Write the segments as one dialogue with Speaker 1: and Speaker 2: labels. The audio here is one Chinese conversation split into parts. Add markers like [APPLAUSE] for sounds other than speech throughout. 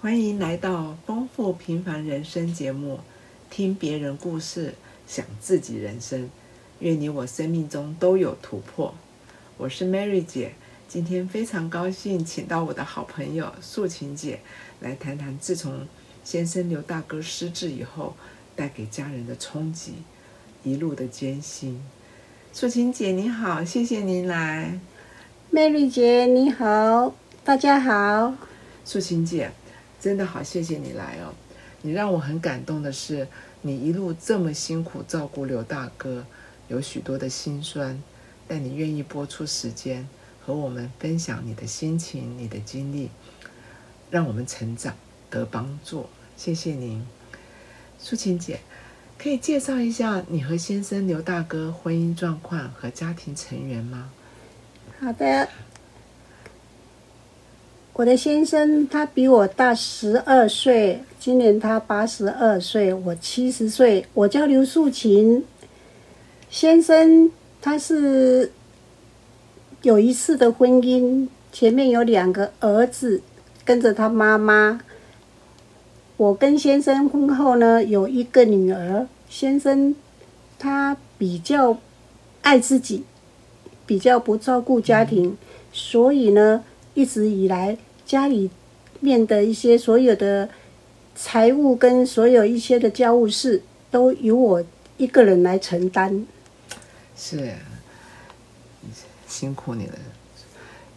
Speaker 1: 欢迎来到《丰富平凡人生》节目，听别人故事，想自己人生。愿你我生命中都有突破。我是 Mary 姐，今天非常高兴请到我的好朋友素琴姐来谈谈自从先生刘大哥失智以后带给家人的冲击，一路的艰辛。素琴姐你好，谢谢您来。
Speaker 2: Mary 姐你好，大家好。
Speaker 1: 素琴姐，真的好谢谢你来哦。你让我很感动的是，你一路这么辛苦照顾刘大哥，有许多的辛酸，但你愿意播出时间和我们分享你的心情、你的经历，让我们成长得帮助。谢谢您，素琴姐，可以介绍一下你和先生刘大哥婚姻状况和家庭成员吗？
Speaker 2: 好的，我的先生他比我大十二岁，今年他八十二岁，我七十岁。我叫刘素琴，先生他是有一次的婚姻，前面有两个儿子跟着他妈妈。我跟先生婚后呢，有一个女儿。先生他比较爱自己，比较不照顾家庭，所以呢，一直以来家里面的一些所有的财务跟所有一些的家务事，都由我一个人来承担。
Speaker 1: 是，辛苦你了。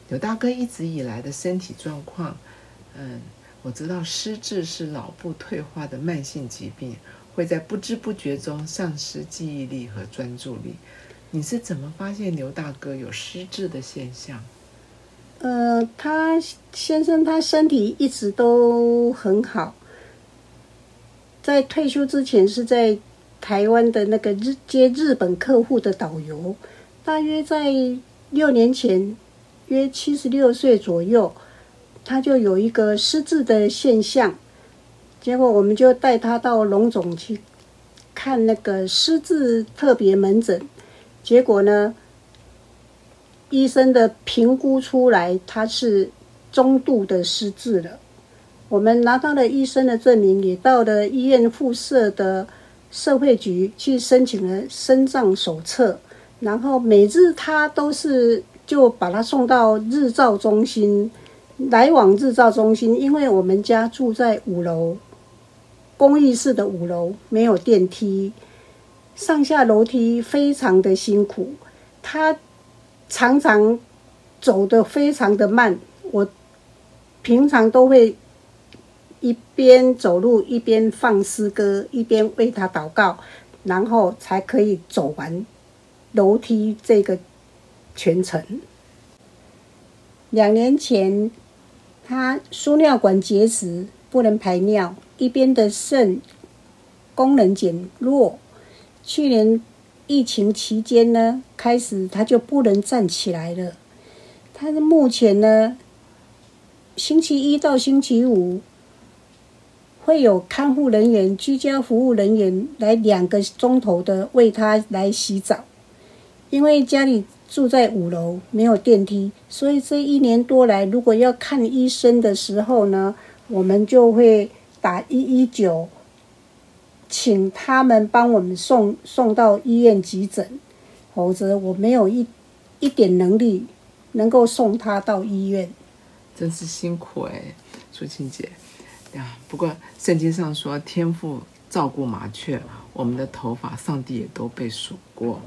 Speaker 1: 刘大哥一直以来的身体状况，嗯，我知道失智是脑部退化的慢性疾病，会在不知不觉中丧失记忆力和专注力。你是怎么发现刘大哥有失智的现象？
Speaker 2: 呃，他先生他身体一直都很好，在退休之前是在台湾的那个日接日本客户的导游，大约在六年前，约七十六岁左右，他就有一个失智的现象，结果我们就带他到龙总去看那个失智特别门诊，结果呢，医生的评估出来他是中度的失智了。我们拿到了医生的证明，也到了医院附设的社会局去申请了身障手册，然后每日他都是就把他送到日照中心，来往日照中心，因为我们家住在五楼，公寓式的五楼没有电梯，上下楼梯非常的辛苦，他常常走得非常的慢，我平常都会一边走路一边放诗歌，一边为他祷告，然后才可以走完楼梯这个全程。两年前，他输尿管结石，不能排尿，一边的肾功能减弱。去年疫情期间呢，开始他就不能站起来了。他的目前呢，星期一到星期五会有看护人员、居家服务人员来两个钟头的为他来洗澡，因为家里住在五楼，没有电梯，所以这一年多来，如果要看医生的时候呢，我们就会打一一九，请他们帮我们送送到医院急诊，否则我没有一一点能力能够送他到医院。
Speaker 1: 真是辛苦哎，苏青姐呀！不过圣经上说，天父照顾麻雀，我们的头发上帝也都被数过，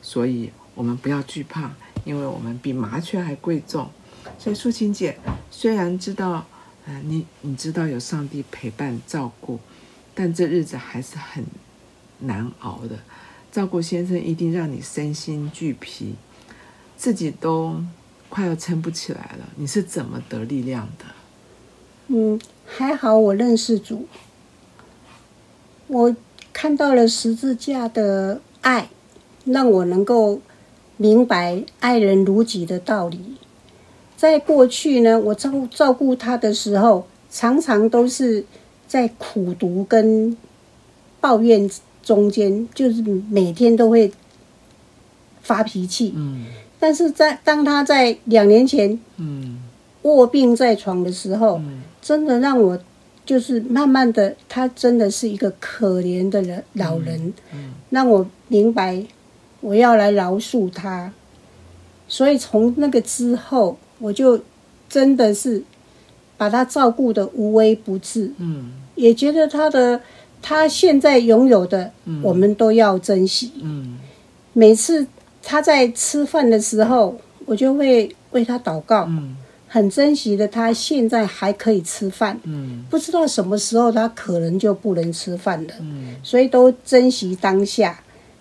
Speaker 1: 所以我们不要惧怕，因为我们比麻雀还贵重。所以素琴姐虽然知道，呃，你你知道有上帝陪伴照顾，但这日子还是很难熬的。照顾先生一定让你身心俱疲，自己都快要撑不起来了。你是怎么得力量的？
Speaker 2: 嗯，还好我认识主，我看到了十字架的爱，让我能够明白爱人如己的道理。在过去呢，我照照顾他的时候，常常都是在苦读跟抱怨中间，就是每天都会发脾气。
Speaker 1: 嗯
Speaker 2: 但是在当他在两年前
Speaker 1: 嗯
Speaker 2: 卧病在床的时候，
Speaker 1: 嗯
Speaker 2: 真的让我就是慢慢的，他真的是一个可怜的人老人，
Speaker 1: 嗯
Speaker 2: 让我明白我要来饶恕他。所以从那个之后，我就真的是把他照顾的无微不至，
Speaker 1: 嗯
Speaker 2: 也觉得他的他现在拥有的，
Speaker 1: 嗯
Speaker 2: 我们都要珍惜。
Speaker 1: 嗯
Speaker 2: 每次他在吃饭的时候，我就会为他祷告，
Speaker 1: 嗯
Speaker 2: 很珍惜的他现在还可以吃饭，
Speaker 1: 嗯
Speaker 2: 不知道什么时候他可能就不能吃饭了，
Speaker 1: 嗯
Speaker 2: 所以都珍惜当下，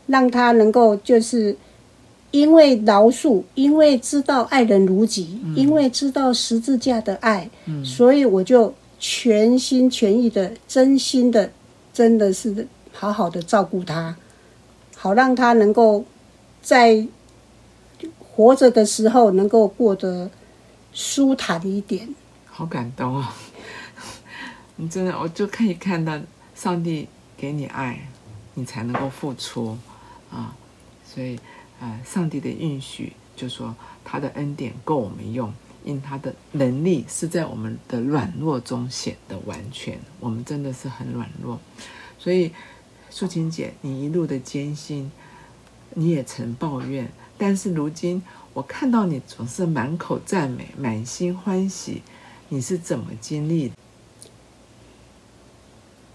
Speaker 2: 让他能够就是。因为饶恕，因为知道爱人如己，因为知道十字架的爱，
Speaker 1: 嗯
Speaker 2: 所以我就全心全意的、真心的，真的是好好的照顾他，好让他能够在活着的时候能够过得舒坦一点。
Speaker 1: 好感动哦！ [LAUGHS] 你真的，我就可以看到上帝给你爱，你才能够付出啊。所以，呃，上帝的允许就说他的恩典够我们用，因他的能力是在我们的软弱中显得完全。我们真的是很软弱，所以素琴姐，你一路的艰辛，你也曾抱怨，但是如今我看到你总是满口赞美，满心欢喜，你是怎么经历的？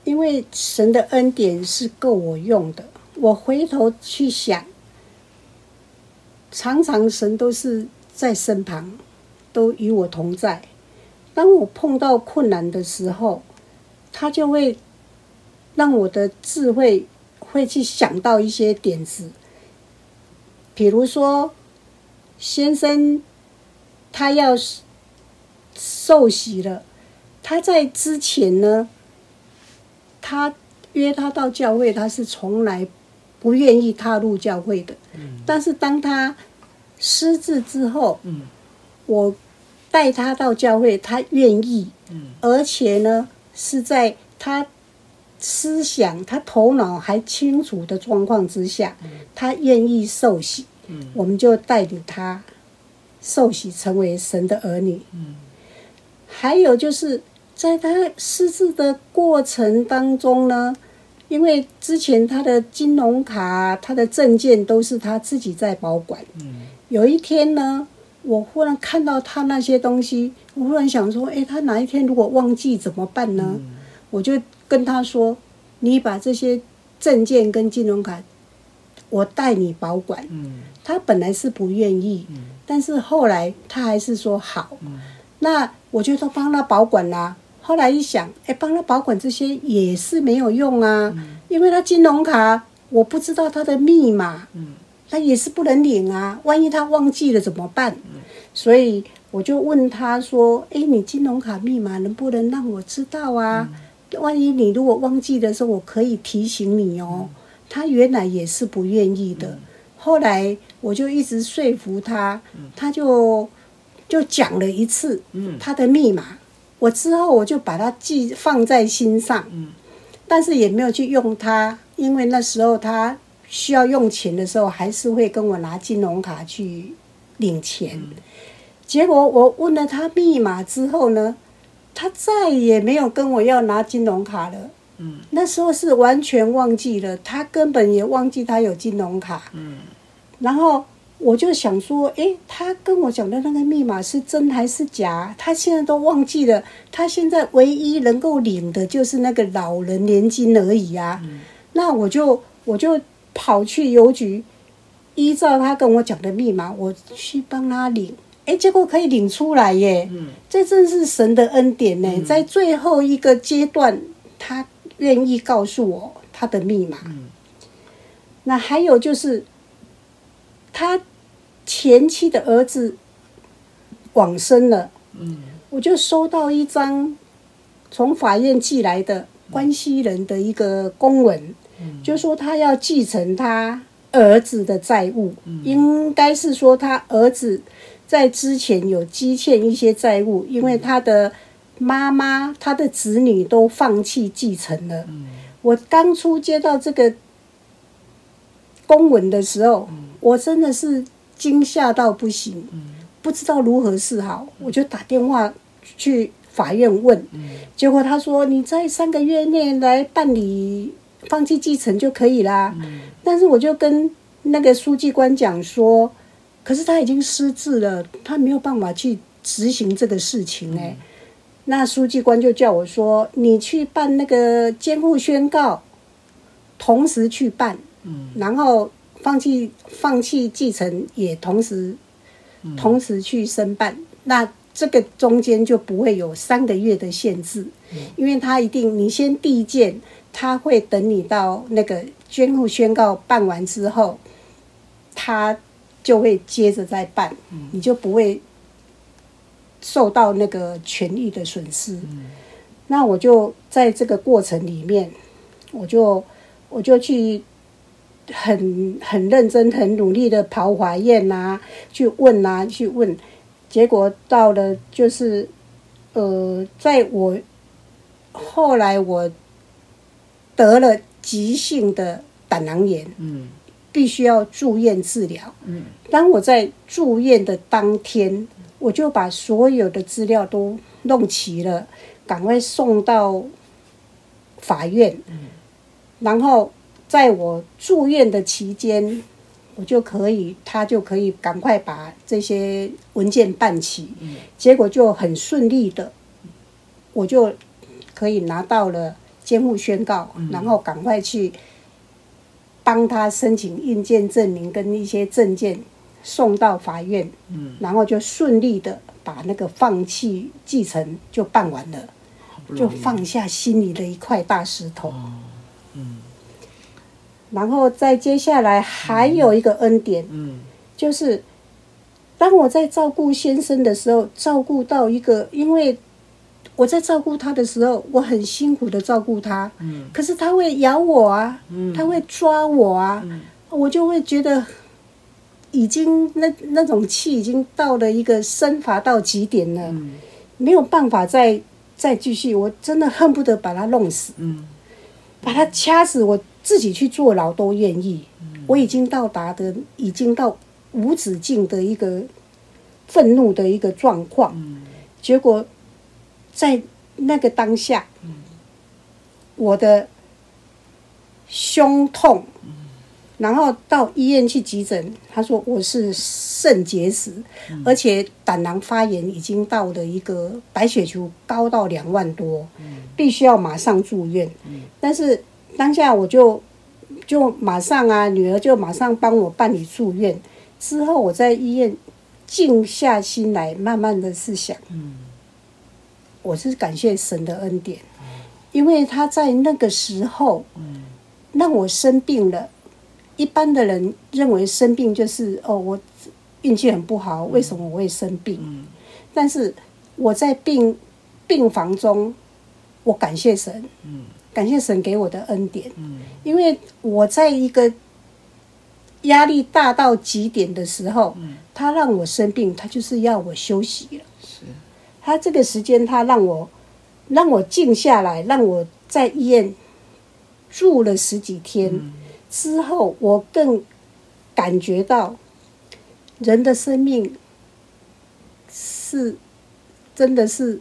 Speaker 2: 因为神的恩典是够我用的。我回头去想，常常神都是在身旁，都与我同在。当我碰到困难的时候，他就会让我的智慧会去想到一些点子，比如说，先生他要受洗了，他在之前呢。他约他到教会，他是从来不愿意踏入教会的。但是当他失智之后，
Speaker 1: 嗯
Speaker 2: 我带他到教会，他愿意，
Speaker 1: 嗯
Speaker 2: 而且呢是在他思想、他头脑还清楚的状况之下，他愿意受洗，
Speaker 1: 嗯
Speaker 2: 我们就带领他受洗，成为神的儿女。
Speaker 1: 嗯
Speaker 2: 还有就是在他失智的过程当中呢，因为之前他的金融卡、他的证件都是他自己在保管。
Speaker 1: 嗯
Speaker 2: 有一天呢，我忽然看到他那些东西，我忽然想说，诶，他哪一天如果忘记怎么办呢？我就跟他说，你把这些证件跟金融卡，我代你保管。
Speaker 1: 嗯
Speaker 2: 他本来是不愿意，但是后来他还是说好。那我就都帮他保管啦、后来一想，哎，帮他保管这些也是没有用啊，因为他金融卡我不知道他的密码，
Speaker 1: 嗯
Speaker 2: 他也是不能领啊，万一他忘记了怎么办？所以我就问他说：“哎，你金融卡密码能不能让我知道啊？万一你如果忘记的时候，我可以提醒你哦。”他原来也是不愿意的，后来我就一直说服他，他就就讲了一次
Speaker 1: 嗯
Speaker 2: 他的密码。我之后我就把它记放在心上，
Speaker 1: 嗯
Speaker 2: 但是也没有去用它，因为那时候他需要用钱的时候，还是会跟我拿金融卡去领钱。
Speaker 1: 嗯
Speaker 2: 结果我问了他密码之后呢，他再也没有跟我要拿金融卡了。
Speaker 1: 嗯
Speaker 2: 那时候是完全忘记了，他根本也忘记他有金融卡。
Speaker 1: 嗯
Speaker 2: 然后我就想说，诶，他跟我讲的那个密码是真还是假？他现在都忘记了，他现在唯一能够领的就是那个老人年金而已啊。那我就我就跑去邮局，依照他跟我讲的密码，我去帮他领。诶，结果可以领出来耶！
Speaker 1: 嗯
Speaker 2: 这真是神的恩典呢、在最后一个阶段，他愿意告诉我他的密码。
Speaker 1: 嗯
Speaker 2: 那还有就是，他前妻的儿子往生了，
Speaker 1: 嗯
Speaker 2: 我就收到一张从法院寄来的关系人的一个公文，
Speaker 1: 嗯
Speaker 2: 就说他要继承他儿子的债务，
Speaker 1: 嗯
Speaker 2: 应该是说他儿子在之前有积欠一些债务，因为他的妈妈、他的子女都放弃继承了。
Speaker 1: 嗯
Speaker 2: 我当初接到这个公文的时候，我真的是惊吓到不行，不知道如何是好，我就打电话去法院问，结果他说你在三个月内来办理放弃继承就可以啦。但是我就跟那个书记官讲说，可是他已经失智了，他没有办法去执行这个事情哎、那书记官就叫我说，你去办那个监护宣告，同时去办，然后放弃放弃继承也同时同时去申办，那这个中间就不会有三个月的限制，因为他一定你先递件，他会等你到那个监护宣告办完之后，他就会接着再办，你就不会受到那个权益的损失。那我就在这个过程里面，我就我就去很很认真、很努力的跑法院啊，去问啊，去问，结果到了就是呃，在我后来我得了急性的胆囊炎，
Speaker 1: 嗯
Speaker 2: 必须要住院治疗。
Speaker 1: 嗯
Speaker 2: 当我在住院的当天，我就把所有的资料都弄齐了，赶快送到法院。然后在我住院的期间，我就可以，他就可以赶快把这些文件办齐。结果就很顺利的，我就可以拿到了监护宣告，然后赶快去帮他申请印鉴证明跟一些证件送到法院，
Speaker 1: 嗯，
Speaker 2: 然后就顺利的把那个放弃继承就办完了，
Speaker 1: 好不
Speaker 2: 就
Speaker 1: 容易
Speaker 2: 放下心里的一块大石头。
Speaker 1: 哦，嗯
Speaker 2: 然后再接下来还有一个恩典，
Speaker 1: 嗯
Speaker 2: 就是当我在照顾先生的时候，照顾到一个，因为我在照顾他的时候，我很辛苦的照顾他，
Speaker 1: 嗯
Speaker 2: 可是他会咬我啊，
Speaker 1: 嗯
Speaker 2: 他会抓我啊，
Speaker 1: 嗯
Speaker 2: 我就会觉得已经那那种气已经到了一个生乏到极点了，
Speaker 1: 嗯
Speaker 2: 没有办法再再继续，我真的恨不得把他弄死。
Speaker 1: 嗯
Speaker 2: 把他掐死，我自己去坐牢都愿意。我已经到达的，已经到无止境的一个愤怒的一个状况。
Speaker 1: 嗯
Speaker 2: 结果在那个当下，我的胸痛，然后到医院去急诊，他说我是肾结石，而且胆囊发炎已经到了一个白血球高到两万多，必须要马上住院。但是当下我就就马上啊，女儿就马上帮我办理住院。之后我在医院静下心来，慢慢的是想，
Speaker 1: 嗯
Speaker 2: 我是感谢神的恩典，因为他在那个时候
Speaker 1: 嗯
Speaker 2: 让我生病了。一般的人认为生病就是哦，我运气很不好，为什么我会生病？
Speaker 1: 嗯
Speaker 2: 但是我在病病房中，我感谢神，
Speaker 1: 嗯
Speaker 2: 感谢神给我的恩典，
Speaker 1: 嗯
Speaker 2: 因为我在一个压力大到极点的时候，
Speaker 1: 嗯
Speaker 2: 他让我生病，他就是要我休息了。
Speaker 1: 是
Speaker 2: 他这个时间，他让我让我静下来，让我在医院住了十几天、之后，我更感觉到人的生命是真的是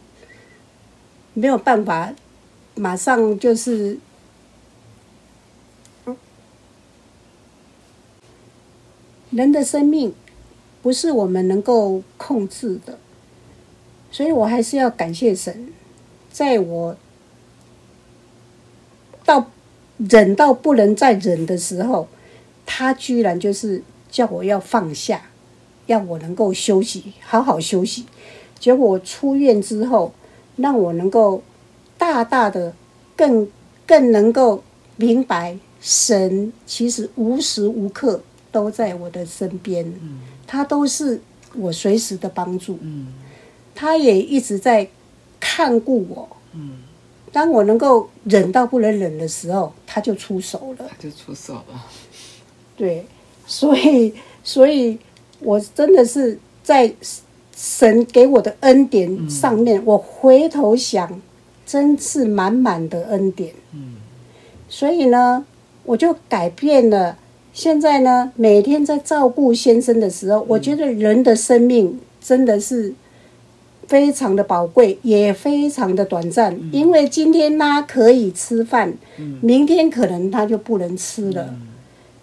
Speaker 2: 没有办法马上就是人的生命不是我们能够控制的，所以我还是要感谢神，在我到忍到不能再忍的时候，他居然就是叫我要放下，让我能够休息，好好休息。结果我出院之后，让我能够大大的更更能够明白，神其实无时无刻都在我的身边，他都是我随时的帮助。
Speaker 1: 嗯
Speaker 2: 他也一直在看顾我。
Speaker 1: 嗯，
Speaker 2: 当我能够忍到不能忍的时候，他就出手了
Speaker 1: 他。就出手了，
Speaker 2: 对，所以，所以我真的是在神给我的恩典上面，我回头想，真是满满的恩典。
Speaker 1: 嗯
Speaker 2: 所以呢，我就改变了。现在呢，每天在照顾先生的时候，我觉得人的生命真的是非常的宝贵，也非常的短暂。因为今天他可以吃饭，明天可能他就不能吃了。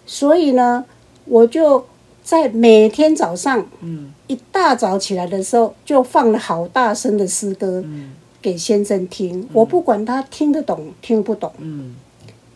Speaker 2: 所以呢，我就在每天早上
Speaker 1: 嗯
Speaker 2: 一大早起来的时候，就放了好大声的诗歌
Speaker 1: 嗯
Speaker 2: 给先生听。我不管他听得懂听不懂。
Speaker 1: 嗯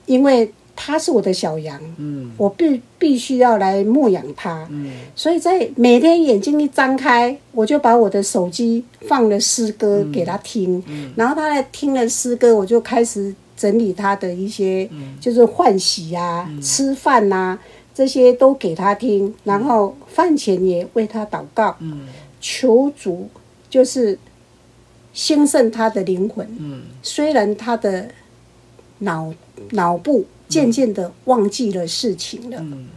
Speaker 2: 因为它是我的小羊，
Speaker 1: 嗯
Speaker 2: 我必必须要来牧养它，
Speaker 1: 嗯
Speaker 2: 所以在每天眼睛一张开，我就把我的手机放了诗歌给他听，然后他在听了诗歌，我就开始整理他的一些，就是换洗啊、吃饭呐、这些都给他听，然后饭前也为他祷告，
Speaker 1: 嗯
Speaker 2: 求主就是兴盛他的灵魂。
Speaker 1: 嗯
Speaker 2: 虽然他的脑脑部渐渐的忘记了事情了，
Speaker 1: 嗯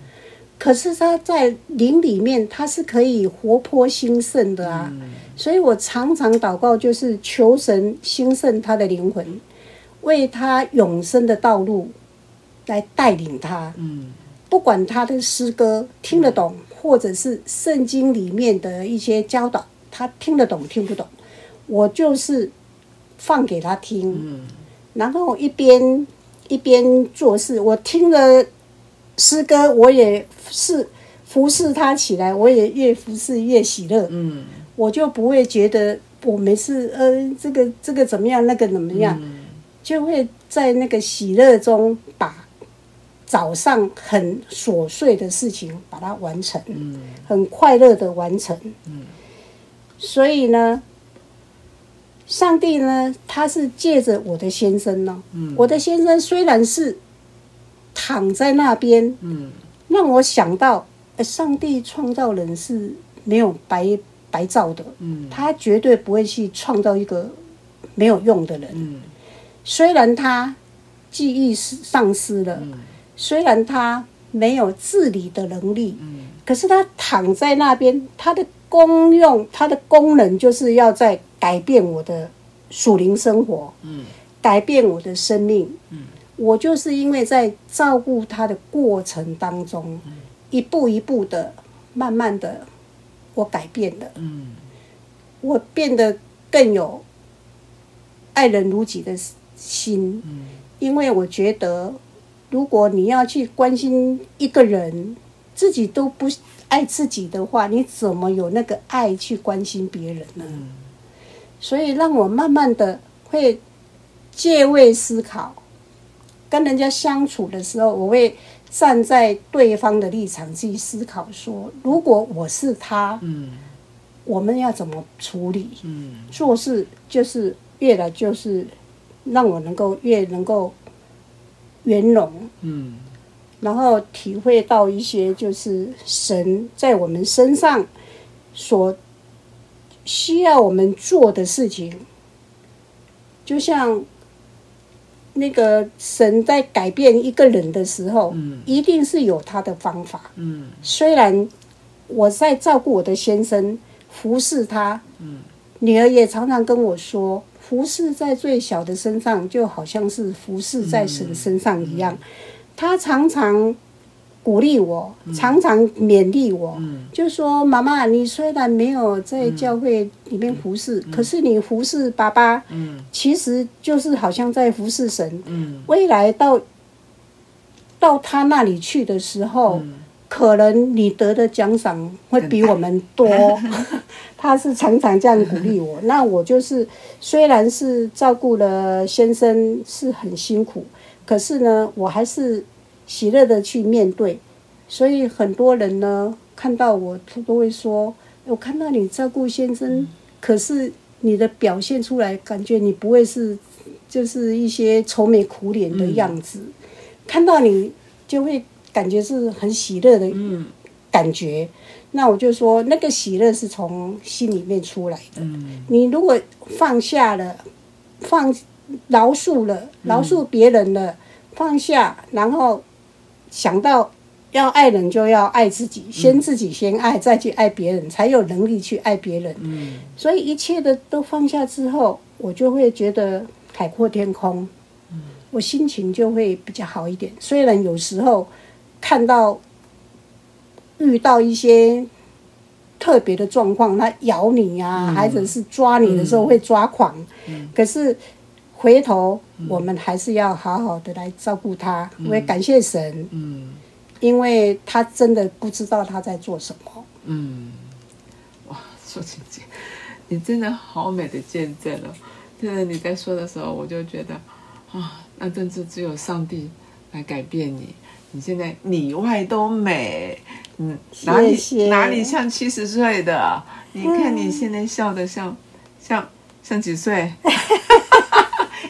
Speaker 2: 可是他在灵里面他是可以活泼兴盛的啊。所以我常常祷告，就是求神兴盛他的灵魂，为他永生的道路来带领他。
Speaker 1: 嗯
Speaker 2: 不管他的诗歌听得懂，或者是圣经里面的一些教导，他听得懂听不懂，我就是放给他听。
Speaker 1: 嗯
Speaker 2: 然后一边一边做事，我听了诗歌，我也是服侍他起来，我也越服侍越喜乐，
Speaker 1: 嗯
Speaker 2: 我就不会觉得我没事，呃，这个这个怎么样，那个怎么样，就会在那个喜乐中把早上很琐碎的事情把它完成，
Speaker 1: 嗯
Speaker 2: 很快乐的完成。
Speaker 1: 嗯
Speaker 2: 所以呢，上帝呢，他是借着我的先生呢、
Speaker 1: 嗯
Speaker 2: 我的先生虽然是躺在那边，
Speaker 1: 嗯
Speaker 2: 让我想到，呃上帝创造人是没有白白造的，
Speaker 1: 嗯
Speaker 2: 他绝对不会去创造一个没有用的人。
Speaker 1: 嗯
Speaker 2: 虽然他记忆是丧失了，
Speaker 1: 嗯
Speaker 2: 虽然他没有自理的能力，
Speaker 1: 嗯
Speaker 2: 可是它躺在那边，它的功用、它的功能就是要在改变我的属灵生活，
Speaker 1: 嗯
Speaker 2: 改变我的生命。
Speaker 1: 嗯
Speaker 2: 我就是因为在照顾它的过程当中，
Speaker 1: 嗯
Speaker 2: 一步一步的、慢慢的，我改变了，
Speaker 1: 嗯
Speaker 2: 我变得更有爱人如己的心。
Speaker 1: 嗯
Speaker 2: 因为我觉得，如果你要去关心一个人，自己都不爱自己的话，你怎么有那个爱去关心别人呢？所以让我慢慢的会借位思考，跟人家相处的时候，我会站在对方的立场去思考说，如果我是他，
Speaker 1: 嗯
Speaker 2: 我们要怎么处理？
Speaker 1: 嗯
Speaker 2: 做事就是越来就是让我能够越能够圆融，
Speaker 1: 嗯
Speaker 2: 然后体会到一些就是神在我们身上所需要我们做的事情，就像。那个神在改变一个人的时候，
Speaker 1: 嗯
Speaker 2: 一定是有他的方法。
Speaker 1: 嗯
Speaker 2: 虽然我在照顾我的先生，服侍他，
Speaker 1: 嗯
Speaker 2: 女儿也常常跟我说，服侍在最小的身上，就好像是服侍在神身上一样。她常常鼓励我，常常勉励我，
Speaker 1: 嗯
Speaker 2: 就说：“妈妈，你虽然没有在教会里面服侍，可是你服侍爸爸，
Speaker 1: 嗯
Speaker 2: 其实就是好像在服侍神。
Speaker 1: 嗯
Speaker 2: 未来到到他那里去的时候。
Speaker 1: 嗯
Speaker 2: 可能你得的奖赏会比我们多，他是常常这样鼓励我。那我就是虽然是照顾了先生是很辛苦，可是呢，我还是喜乐的去面对。所以很多人呢，看到我他都会说：“我看到你照顾先生，可是你的表现出来，感觉你不会是就是一些愁眉苦脸的样子。看到你就会感觉是很喜乐的
Speaker 1: 嗯
Speaker 2: 感觉。那我就说，那个喜乐是从心里面出来的。
Speaker 1: 嗯
Speaker 2: 你如果放下了，放饶恕了，饶恕别人了，放下，然后想到要爱人就要爱自己，先自己先爱，再去爱别人，才有能力去爱别人。
Speaker 1: 嗯
Speaker 2: 所以一切的都放下之后，我就会觉得海阔天空，我心情就会比较好一点。虽然有时候看到遇到一些特别的状况，它咬你啊，或者是抓你的时候会抓狂，可是回头我们还是要好好的来照顾它。我也感谢神，
Speaker 1: 嗯
Speaker 2: 因为他真的不知道他在做什么。
Speaker 1: 嗯，哇，素琴姐，你真的好美的见证哦！真的你在说的时候，我就觉得啊，那真是只有上帝来改变你。你现在里外都美，嗯，哪里
Speaker 2: 谢谢嗯
Speaker 1: 哪里像七十岁的？你看你现在笑的像、像像几岁？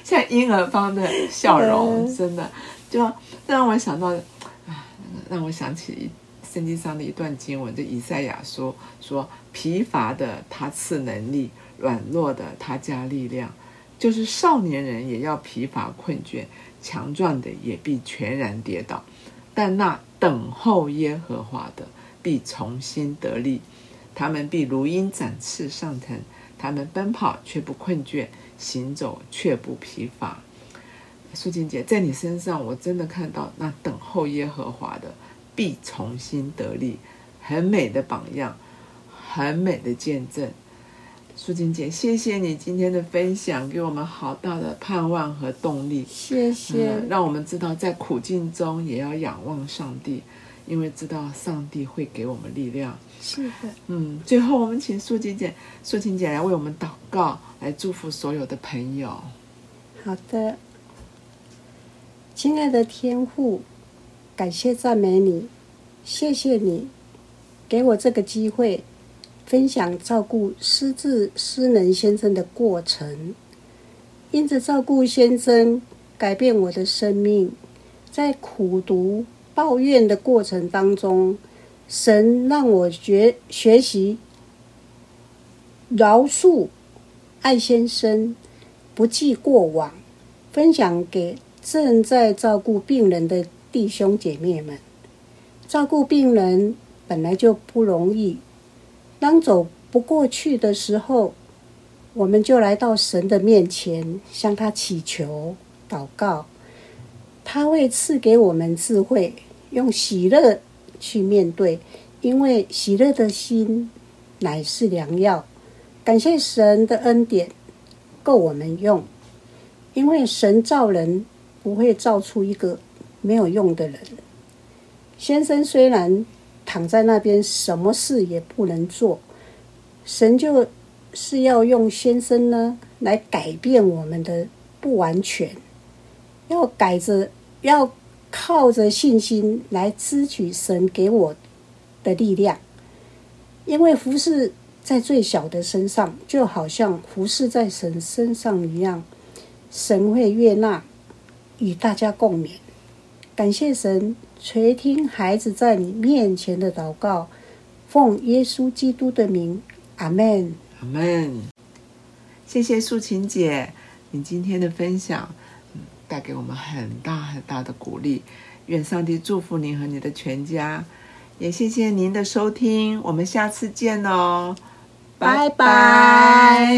Speaker 1: 像婴儿般的笑容，
Speaker 2: 嗯
Speaker 1: 真的就让我想到，啊，让我想起圣经上的一段经文，就以赛亚说说疲乏的他赐能力，软弱的他加力量，就是少年人也要疲乏困倦，强壮的也必全然跌倒，但那等候耶和华的必重新得力，他们必如鹰展翅上腾，他们奔跑却不困倦，行走却不疲乏。素静姐，在你身上我真的看到那等候耶和华的必重新得力，很美的榜样，很美的见证。素静姐，谢谢你今天的分享，给我们好大的盼望和动力。
Speaker 2: 谢谢。
Speaker 1: 嗯，让我们知道在苦境中也要仰望上帝，因为知道上帝会给我们力量。
Speaker 2: 是的。
Speaker 1: 嗯，最后我们请素琴姐，素琴姐来为我们祷告，来祝福所有的朋友。
Speaker 2: 好的，亲爱的天父，感谢赞美你，谢谢你给我这个机会，分享照顾失智失能先生的过程。因着照顾先生，改变我的生命，在苦读抱怨的过程当中，神让我学学习饶恕爱先生。不计过往，分享给正在照顾病人的弟兄姐妹们。照顾病人本来就不容易，当走不过去的时候，我们就来到神的面前，向他祈求、祷告，他会赐给我们智慧，用喜乐去面对，因为喜乐的心乃是良药。感谢神的恩典，够我们用，因为神造人不会造出一个没有用的人。先生虽然躺在那边什么事也不能做，神就是要用先生呢来改变我们的不完全，要改着，要靠着信心来支取神给我的力量。因为服侍在最小的身上，就好像服侍在神身上一样，神会悦纳，与大家共勉。感谢神垂听孩子在你面前的祷告，奉耶稣基督的名，阿门。
Speaker 1: 阿门。谢谢素琴姐，你今天的分享，嗯，带给我们很大很大的鼓励。愿上帝祝福您和你的全家，也谢谢您的收听，我们下次见哦，
Speaker 2: 拜拜